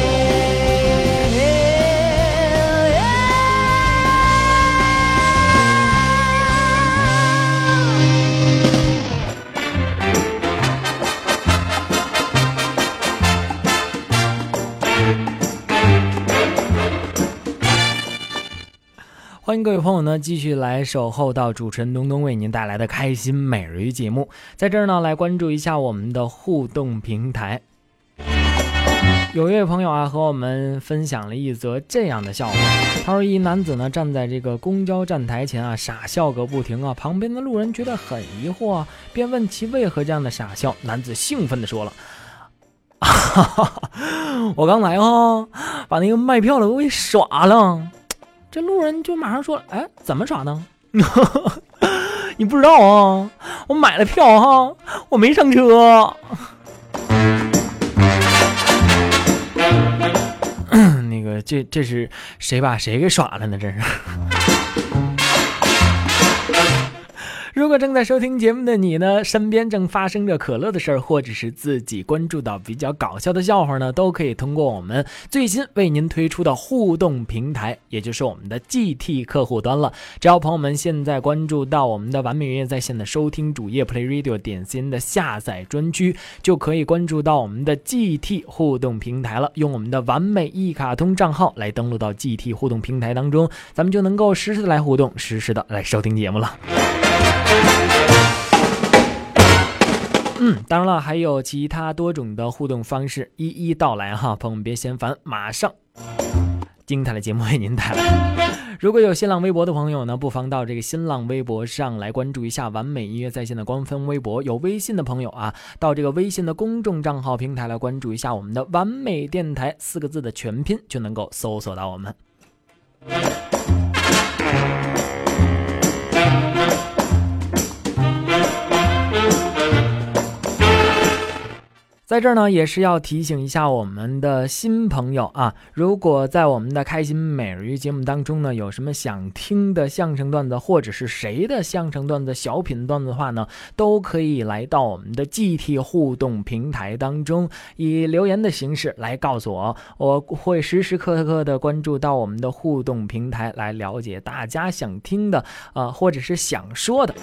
S2: 欢迎各位朋友呢，继续来守候到主持人东东为您带来的开心每日鱼节目。在这儿呢，来关注一下我们的互动平台。有一位朋友啊，和我们分享了一则这样的笑话。他说，一男子呢站在这个公交站台前啊，傻笑个不停啊。旁边的路人觉得很疑惑啊，便问其为何这样的傻笑。男子兴奋地说了：“ 哈哈，我刚才哦，把那个卖票的我给耍了。”这路人就马上说：“哎，怎么耍呢？ 你不知道啊，我买了票哈、啊，我没上车。 那个，这这是谁把谁给耍了呢？这是。如果正在收听节目的你呢，身边正发生着可乐的事儿，或者是自己关注到比较搞笑的笑话呢，都可以通过我们最新为您推出的互动平台，也就是我们的 GT 客户端了。只要朋友们现在关注到我们的完美音乐在线的收听主页 Play Radio 点 cn 的下载专区，就可以关注到我们的 GT 互动平台了。用我们的完美一卡通账号来登录到 GT 互动平台当中，咱们就能够实时的来互动，实时的来收听节目了。嗯，当然了，还有其他多种的互动方式，一一道来哈，朋友们别嫌烦，马上精彩的节目为您带来。如果有新浪微博的朋友呢，不妨到这个新浪微博上来关注一下完美音乐在线的官方微博。有微信的朋友啊，到这个微信的公众账号平台来关注一下我们的“完美电台”四个字的全拼，就能够搜索到我们。在这儿呢，也是要提醒一下我们的新朋友啊，如果在我们的开心每日鱼节目当中呢，有什么想听的相声段子，或者是谁的相声段子、小品段子的话呢，都可以来到我们的 GT 互动平台当中，以留言的形式来告诉我，我会时时刻刻的关注到我们的互动平台，来了解大家想听的啊、呃，或者是想说的。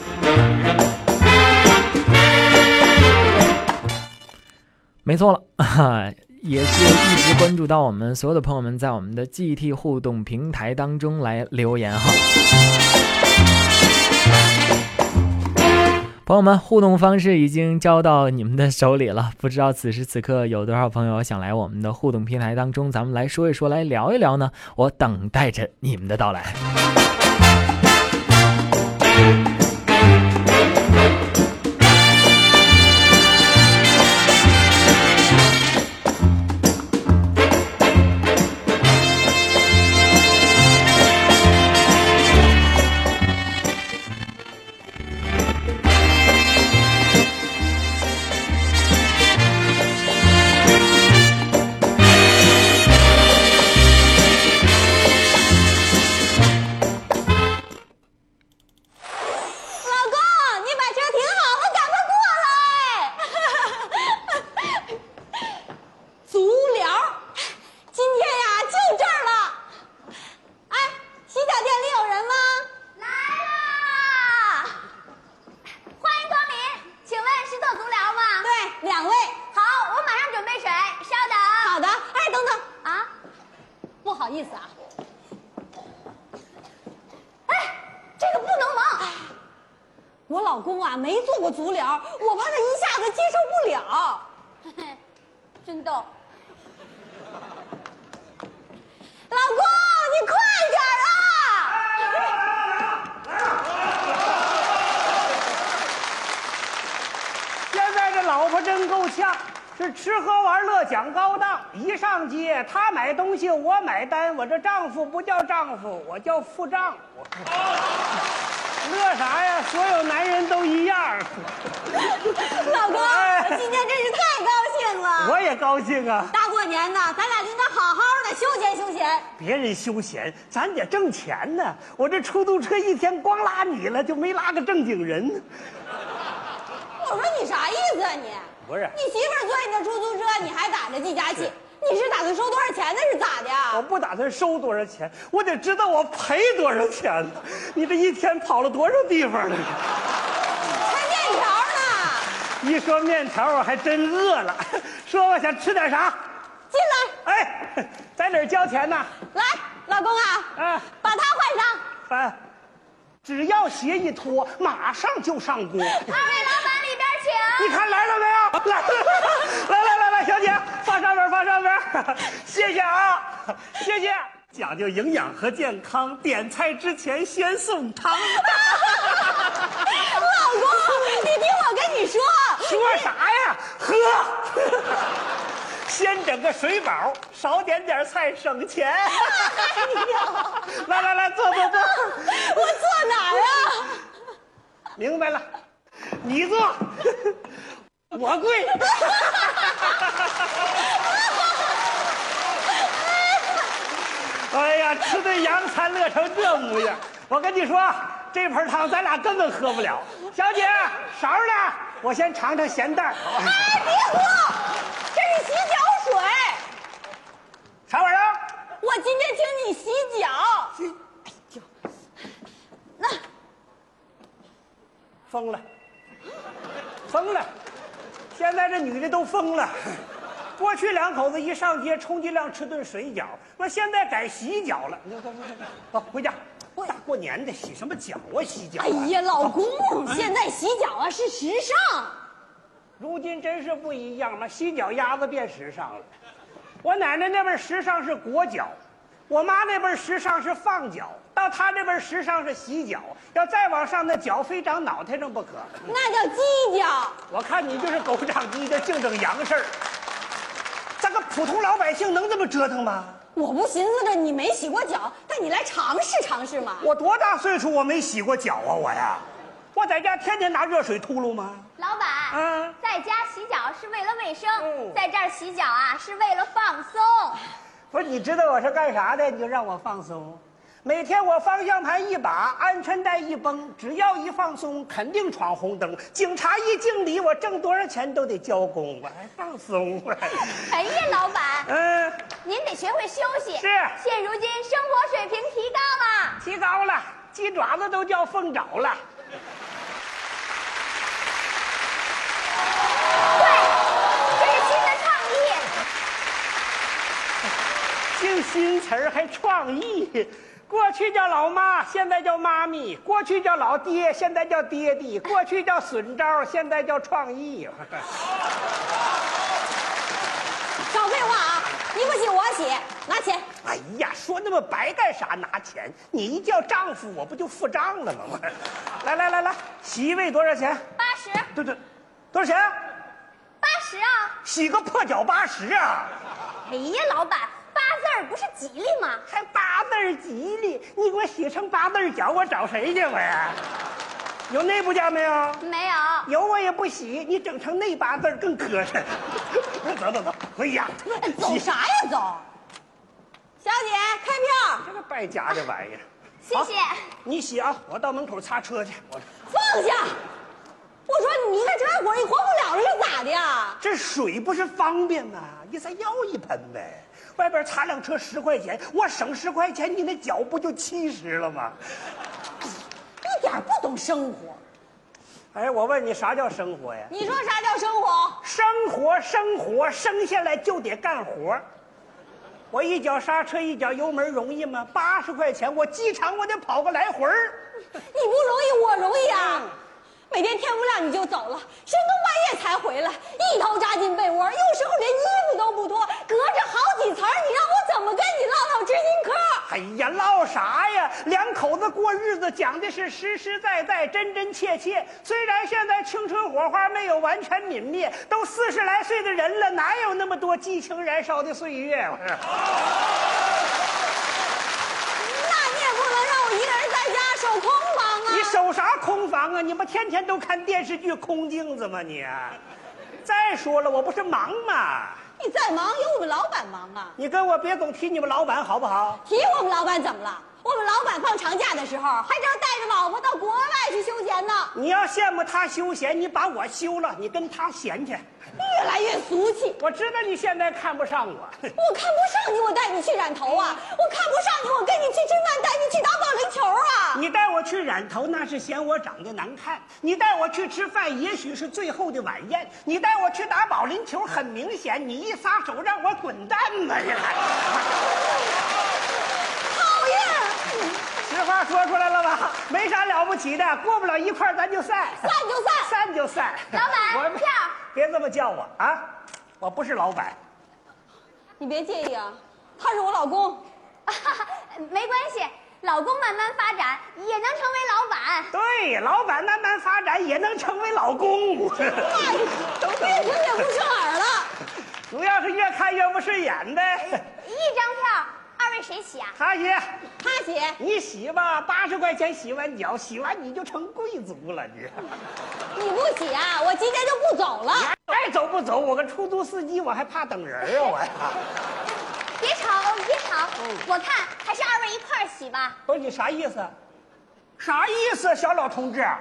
S2: 没错了、 啊，也是一直关注到我们所有的朋友们在我们的 GT 互动平台当中来留言哈。朋友们，互动方式已经交到你们的手里了，不知道此时此刻有多少朋友想来我们的互动平台当中，咱们来说一说，来聊一聊呢？我等待着你们的到来。
S11: 哎哎啊意思啊。哎，这个不能忙。我老公啊，没做过足疗，我怕他一下子接受不了。
S17: 真逗。
S11: 老公，你快点儿啊！
S10: 现在这老婆真够呛，是吃喝玩乐讲高档，一上街她买东西我买单，我这丈夫不叫丈夫，我叫付账。我乐啥呀？所有男人都一 样。
S11: 老公，
S10: 哎
S11: 我今天真是太高兴了。
S10: 我也高兴啊！
S11: 大过年的，咱俩就应该好好的休闲休闲。
S10: 别人休闲，咱得挣钱呢。我这出租车一天光拉你了，就没拉个正经人。
S11: 我说你啥意思啊你？
S10: 不是
S11: 你媳妇儿坐你这出租车，你还打着计价器？你是打算收多少钱呢？是咋的呀？
S10: 我不打算收多少钱，我得知道我赔多少钱。你这一天跑了多少地方了？
S11: 还面条呢？
S10: 一说面条，我还真饿了。说吧，想吃点啥？
S11: 进来，
S10: 哎，在哪儿交钱呢？
S11: 来，老公啊，
S10: 啊，
S11: 把它换上。
S10: 哎，只要鞋一脱，马上就上锅。
S17: 二位老板里边请。
S10: 你看来了没有？来 了，来来来来，小姐，放上边，放上边，谢谢啊，谢谢。讲究营养和健康，点菜之前先送汤。
S11: 老公，你听我跟你说，
S10: 说啥呀？喝，先整个水饱，少点点菜，省钱。 来来来，坐坐坐，
S11: 哎我坐哪儿啊？
S10: 明白了，你坐， 我跪。哎呀，吃顿洋餐乐成这模样！我跟你说，这盆汤咱俩根本喝不了。小姐，勺呢？我先尝尝咸淡。
S11: 哎，别喝，这是洗脚水。
S10: 啥玩意儿？
S11: 我今天请你洗脚。哎呦，那
S10: 疯了，疯了！现在这女的都疯了。过去两口子一上街充其量吃顿水饺，那现在改洗脚了。你看，走，回家。大过年的洗什么脚啊？洗脚啊、
S11: 哎呀，老公
S10: 走，
S11: 现在洗脚啊是时尚。
S10: 如今真是不一样了，洗脚丫子变时尚了。我奶奶那边时尚是裹脚，我妈那边时尚是放脚，到她这边时尚是洗脚。要再往上，那脚非长脑袋上不可。
S11: 那叫犄角。
S10: 我看你就是狗长鸡的，净整洋事儿。咱个普通老百姓能这么折腾吗？
S11: 我不寻思着你没洗过脚，但你来尝试尝试嘛。
S10: 我多大岁数，我没洗过脚啊，我呀，我在家天天拿热水秃噜吗？
S17: 老板，
S10: 嗯
S17: 在家洗脚是为了卫生，
S10: 哦
S17: 在这儿洗脚啊是为了放松。
S10: 不是，你知道我是干啥的，你就让我放松。每天我方向盘一把，安全带一绷，只要一放松，肯定闯红灯。警察一敬礼，我挣多少钱都得交工，我还放松。
S17: 哎呀，老板，
S10: 嗯，
S17: 您得学会休息。
S10: 是
S17: 现如今生活水平提高了，
S10: 提高了，鸡爪子都叫凤爪了。
S17: 这是新的倡议。
S10: 净新词儿还创意。过去叫老妈，现在叫妈咪；过去叫老爹，现在叫爹地；过去叫损招，现在叫创意。
S11: 少废话啊！你不洗我洗，拿钱。
S10: 哎呀，说那么白干啥？拿钱！你一叫丈夫，我不就付账了吗？我，来来来来，洗衣位多少钱？
S17: 八十，
S10: 对对，多少钱？啊
S17: 八十啊！
S10: 洗个破脚八十啊！
S17: 哎呀，老板，八字儿不是吉利吗？
S10: 还八字儿吉利，你给我洗成八字儿脚，我找谁去？我呀，有内部价没有？
S17: 没有，
S10: 有我也不洗，你整成那八字儿更磕碜。 走走走，回家。
S11: 哎走啥呀走？小姐，开票，啊
S10: 这个败家的玩意儿。
S17: 谢谢。
S10: 你洗啊，我到门口擦车去。我
S11: 放下！我说你一个柴火，你活不了了是咋的呀？
S10: 这水不是方便吗？你再要一盆呗。外边擦辆车十块钱，我省十块钱，你那脚不就七十了吗？
S11: 一点不懂生活。
S10: 哎，我问你，啥叫生活呀？
S11: 你说啥叫生活？
S10: 生活，生活，生下来就得干活。我一脚刹车一脚油门容易吗？八十块钱，我机场我得跑个来回儿。
S11: 你不容易，我容易啊！每天天不亮你就走了，深更半夜才回来，一头扎进被窝，有时候连衣服都不脱，隔着好几层，你让我怎么跟你唠唠知心嗑？
S10: 哎呀，唠啥呀？两口子过日子讲的是实实在在、真真切切。虽然现在青春火花没有完全泯灭，都四十来岁的人了，哪有那么多激情燃烧的岁月？啊我说
S11: 那你也不能让我一个人在家守空房啊！
S10: 你守啥空房啊？你不天天都看电视剧空镜子吗你？啊再说了，我不是忙吗？
S11: 你再忙有我们老板忙啊！
S10: 你跟我别总提你们老板好不好？
S11: 提我们老板怎么了？我们老板放长假的时候，还正带着老婆到国外去休闲呢，
S10: 你要羡慕他休闲，你把我休了，你跟他闲去。
S11: 越来越俗气。
S10: 我知道你现在看不上我，
S11: 我看不上你，我带你去染头啊！我看不上你，我跟你去吃饭，带你去打保龄球啊！
S10: 你带我去染头，那是嫌我长得难看；你带我去吃饭，也许是最后的晚宴；你带我去打保龄球，很明显，你一撒手让我滚蛋吧！你还
S11: 讨厌，
S10: 实话说出来了吧？没啥了不起的，过不了一块儿咱就散，
S11: 散就散
S10: 散就散。
S17: 老板
S10: 我
S17: 票
S10: 别这么叫我啊！我不是老板，
S11: 你别介意啊，他是我老公。
S17: 没关系，老公慢慢发展也能成为老板。
S10: 对，老板慢慢发展也能成为老公。
S11: 哎越听越不顺耳了。
S10: 主要是越看越不顺眼呗。
S17: 一张票，二位谁洗啊？
S10: 阿姨，
S11: 他写，
S10: 你洗吧，八十块钱洗完脚，洗完你就成贵族了，你。
S11: 你不写啊，我今天就不走了。
S10: 爱走不走，我个出租司机，我还怕等人啊，我 呀。
S17: 别吵，别吵，我看还是二位一块儿洗吧。
S10: 嗯不是你啥意思？啊啥意思，小老同志？
S11: 啊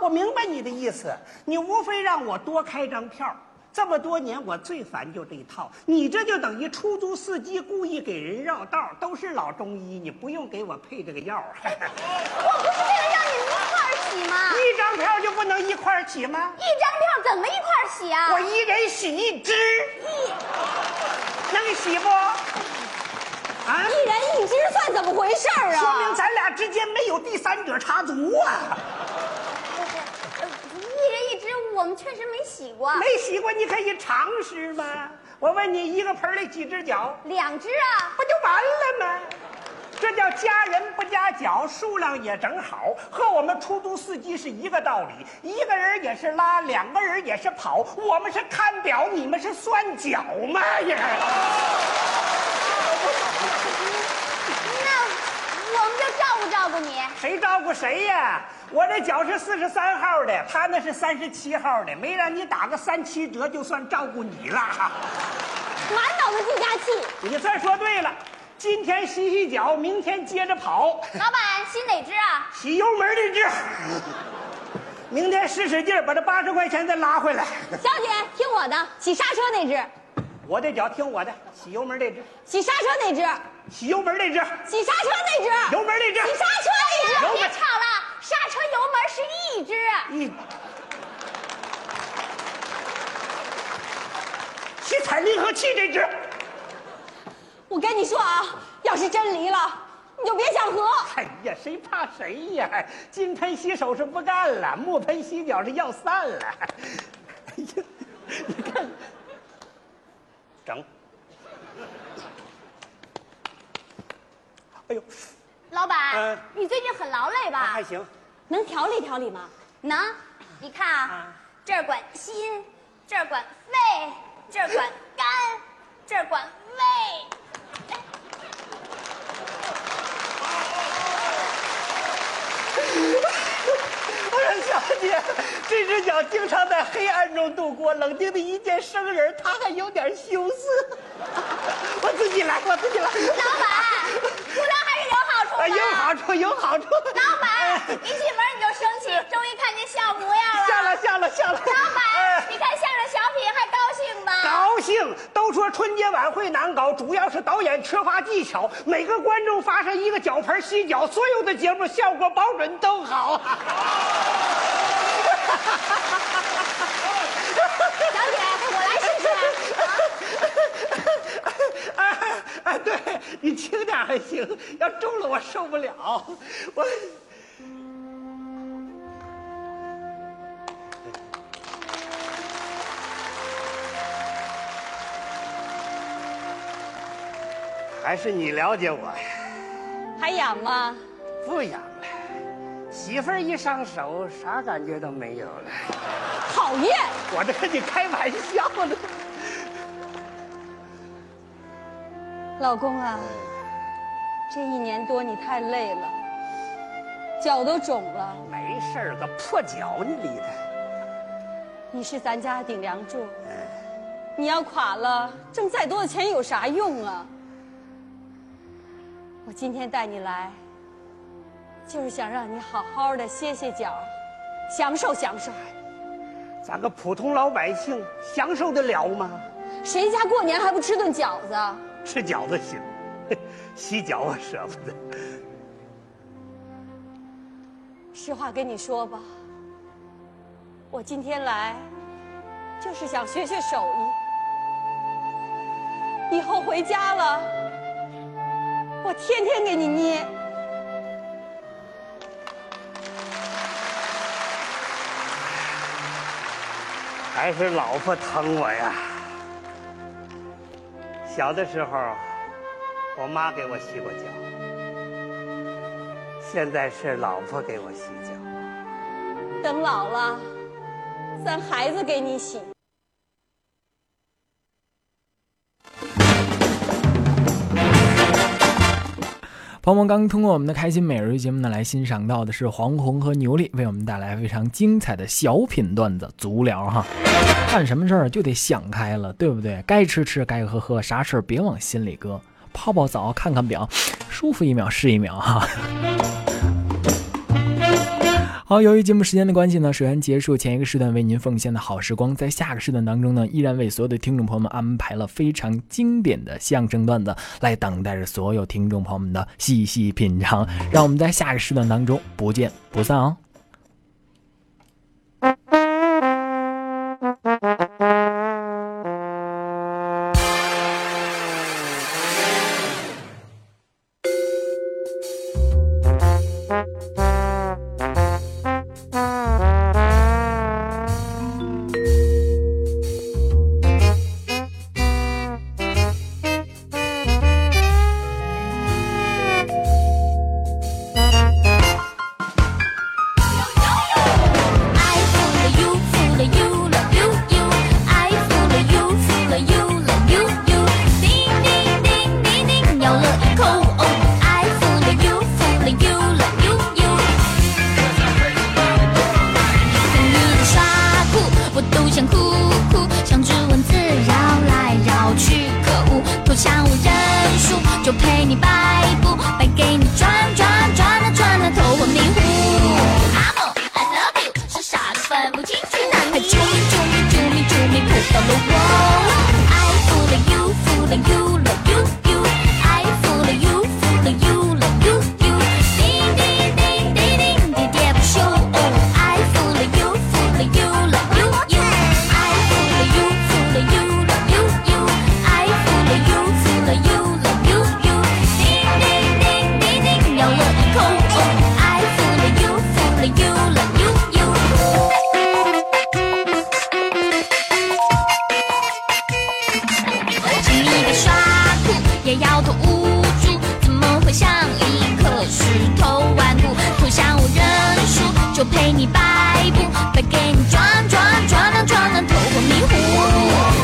S10: 我明白你的意思，你无非让我多开张票。这么多年，我最烦就这一套。你这就等于出租司机故意给人绕道，都是老中医，你不用给我配这个药。
S17: 我不是为了让你们一块儿洗吗？
S10: 一张票就不能一块儿起吗？
S17: 一张票怎么一块儿洗啊？
S10: 我一人洗一只，能洗不？啊，
S11: 一人一只算怎么回事儿啊？
S10: 说明咱俩之间没有第三者插足啊。
S17: 呃一人一只，我们确实没洗过。
S10: 没洗过，你可以尝试嘛。我问你，一个盆儿里几只脚？
S17: 两只啊，
S10: 不就完了吗？这叫加人不加脚，数量也正好，和我们出租司机是一个道理。一个人也是拉，两个人也是跑，我们是看表，你们是算脚嘛呀？
S17: 那我们就照顾照顾 你。
S10: 谁照顾谁呀、我这脚是四十三号的，他那是三十七号的，没让你打个三七折，就算照顾你了。
S11: 满脑子计价器。
S10: 你算说对了，今天洗洗脚，明天接着跑，
S17: 老板洗哪只啊？
S10: 洗油门这只。明天使使劲儿，把这八十块钱再拉回来。
S11: 小姐，听我的，洗刹车那只，
S10: 我这脚听我的，洗油门这只，
S11: 洗刹车那只，
S10: 洗油门这只，
S11: 洗刹车那只，
S10: 油门那只
S11: 洗刹车那只。
S10: 油
S17: 别
S10: 门
S17: 吵了，刹车油门是一只。
S10: 一。洗踩离合器这只，
S11: 我跟你说啊，要是真离了，你就别想和。
S10: 哎呀，谁怕谁呀？金盆洗手是不干了，木盆洗脚是要散了。哎呀，你看，整。哎呦，
S17: 老板，
S10: 嗯
S17: 你最近很劳累吧？
S10: 还行。
S11: 能调理调理吗？
S17: 能，你看啊，
S10: 嗯
S17: 这儿管心，这儿管肺，这儿管肝，这儿管胃。
S10: 我说小姐，这只脚经常在黑暗中度过，冷静的一见生人，她还有点羞涩。我自己来，我自己来。
S17: 老板，不劳还是有好处
S10: 啊，
S17: 的。
S10: 有好处，有好处。
S17: 老板，
S10: 哎
S17: 一进门你就生气，终于看见笑模样了。
S10: 下了，下了，下了。
S17: 老
S10: 哎
S17: 板，你看相声小品还高兴吧？
S10: 高兴，都说春节晚会难搞，主要是导演缺乏技巧。每个观众发上一个脚盆洗脚，所有的节目效果保准都好。
S17: 小姐，我来试试。啊
S10: 哎哎，你轻点还行，要重了我受不了。我还是你了解我呀，
S11: 还痒吗？
S10: 不痒了。媳妇儿一上手，啥感觉都没有了。
S11: 讨厌！
S10: 我这跟你开玩笑呢。
S11: 老公啊，
S9: 哎
S11: 这一年多你太累了，脚都肿了。
S10: 没事儿，个破脚你理他？
S11: 你是咱家顶梁柱，你要垮了，挣再多的钱有啥用啊？我今天带你来，就是想让你好好的歇歇脚，享受享受。
S10: 咱个普通老百姓享受得了吗？
S11: 谁家过年还不吃顿饺子？
S10: 吃饺子行， 洗脚我舍不得。
S11: 实话跟你说吧，我今天来，就是想学学手艺。以后回家了，我天天给你捏。
S10: 还是老婆疼我呀。小的时候，我妈给我洗过脚，现在是老婆给我洗脚。
S11: 等老了，咱孩子给你洗。
S2: 朋友们，刚刚通过我们的开心每日一节目呢，来欣赏到的是黄宏和牛莉为我们带来非常精彩的小品段子，足疗哈。干什么事儿就得想开了，对不对？该吃吃，该喝喝，啥事儿别往心里搁。泡泡澡，看看表，舒服一秒是一秒哈。好，由于节目时间的关系呢，首先结束前一个时段为您奉献的好时光，在下个时段当中呢，依然为所有的听众朋友们安排了非常经典的相声段子，来等待着所有听众朋友们的细细品尝。让我们在下个时段当中不见不散哦。
S18: 我都想哭哭，像只蚊子绕来绕去，可恶，脱下无认输，就陪你摆布，白给你转转转啊转啊，头昏迷糊。阿莫，I love you，是傻子分不清楚，那你啾咪啾咪啾咪啾咪扑到了我。I fool you fool you love you you。I fool you fool you love you you。叮叮叮叮叮，喋喋不休。I fool you fool you love you you。I fool you fool you love you you。I fool you fool you love you you。叮叮叮叮叮，咬了一口。I fool you fool you love you you。轻易的耍酷，也摇头无助，怎么会像一颗石头顽固？投降我认输，就陪你摆布，再给你转转转啊转啊，头昏迷糊。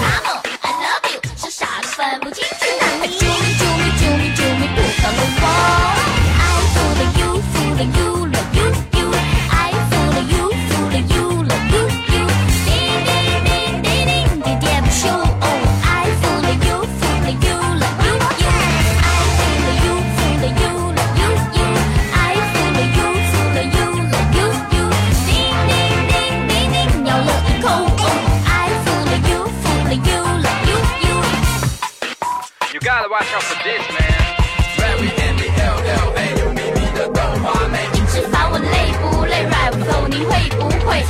S18: 阿莫，I love you，是傻子分不清楚，还啾咪啾咪啾咪啾咪扑到了我。I fool you fool you love you you。I fool you fool you love you you。叮叮叮叮叮。喋喋不休。I fool you, fool you, love you, you. I fool you, fool you, love you, you. I fool you, fool you, love you, you. 叮叮叮叮叮，咬了一口。I fool you, fool you, love you, you.
S19: You gotta watch out for this, man. Very heavy, LL, 没有秘密的动画美。
S18: 一直烦我累不累？rap 够你会不会？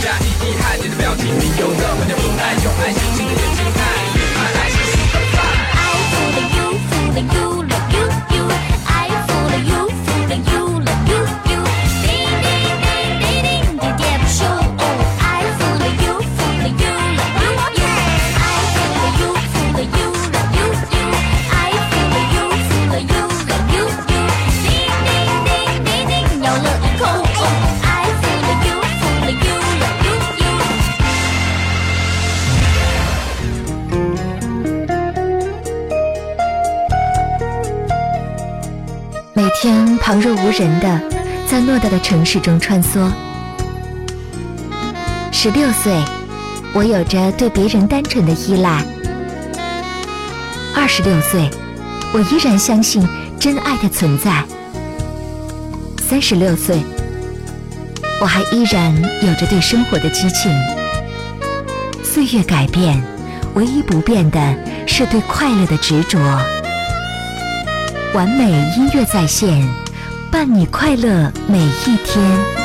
S19: 加以遗憾你的表情，你有那么的无奈，有爱心情的眼睛看，你爱心是个饭。
S18: I fool you, fool you, love
S20: 天旁若无人的在偌大的城市中穿梭。十六岁，我有着对别人单纯的依赖；二十六岁，我依然相信真爱的存在；三十六岁，我还依然有着对生活的激情。岁月改变，唯一不变的是对快乐的执着。完美音乐在线，伴你快乐每一天。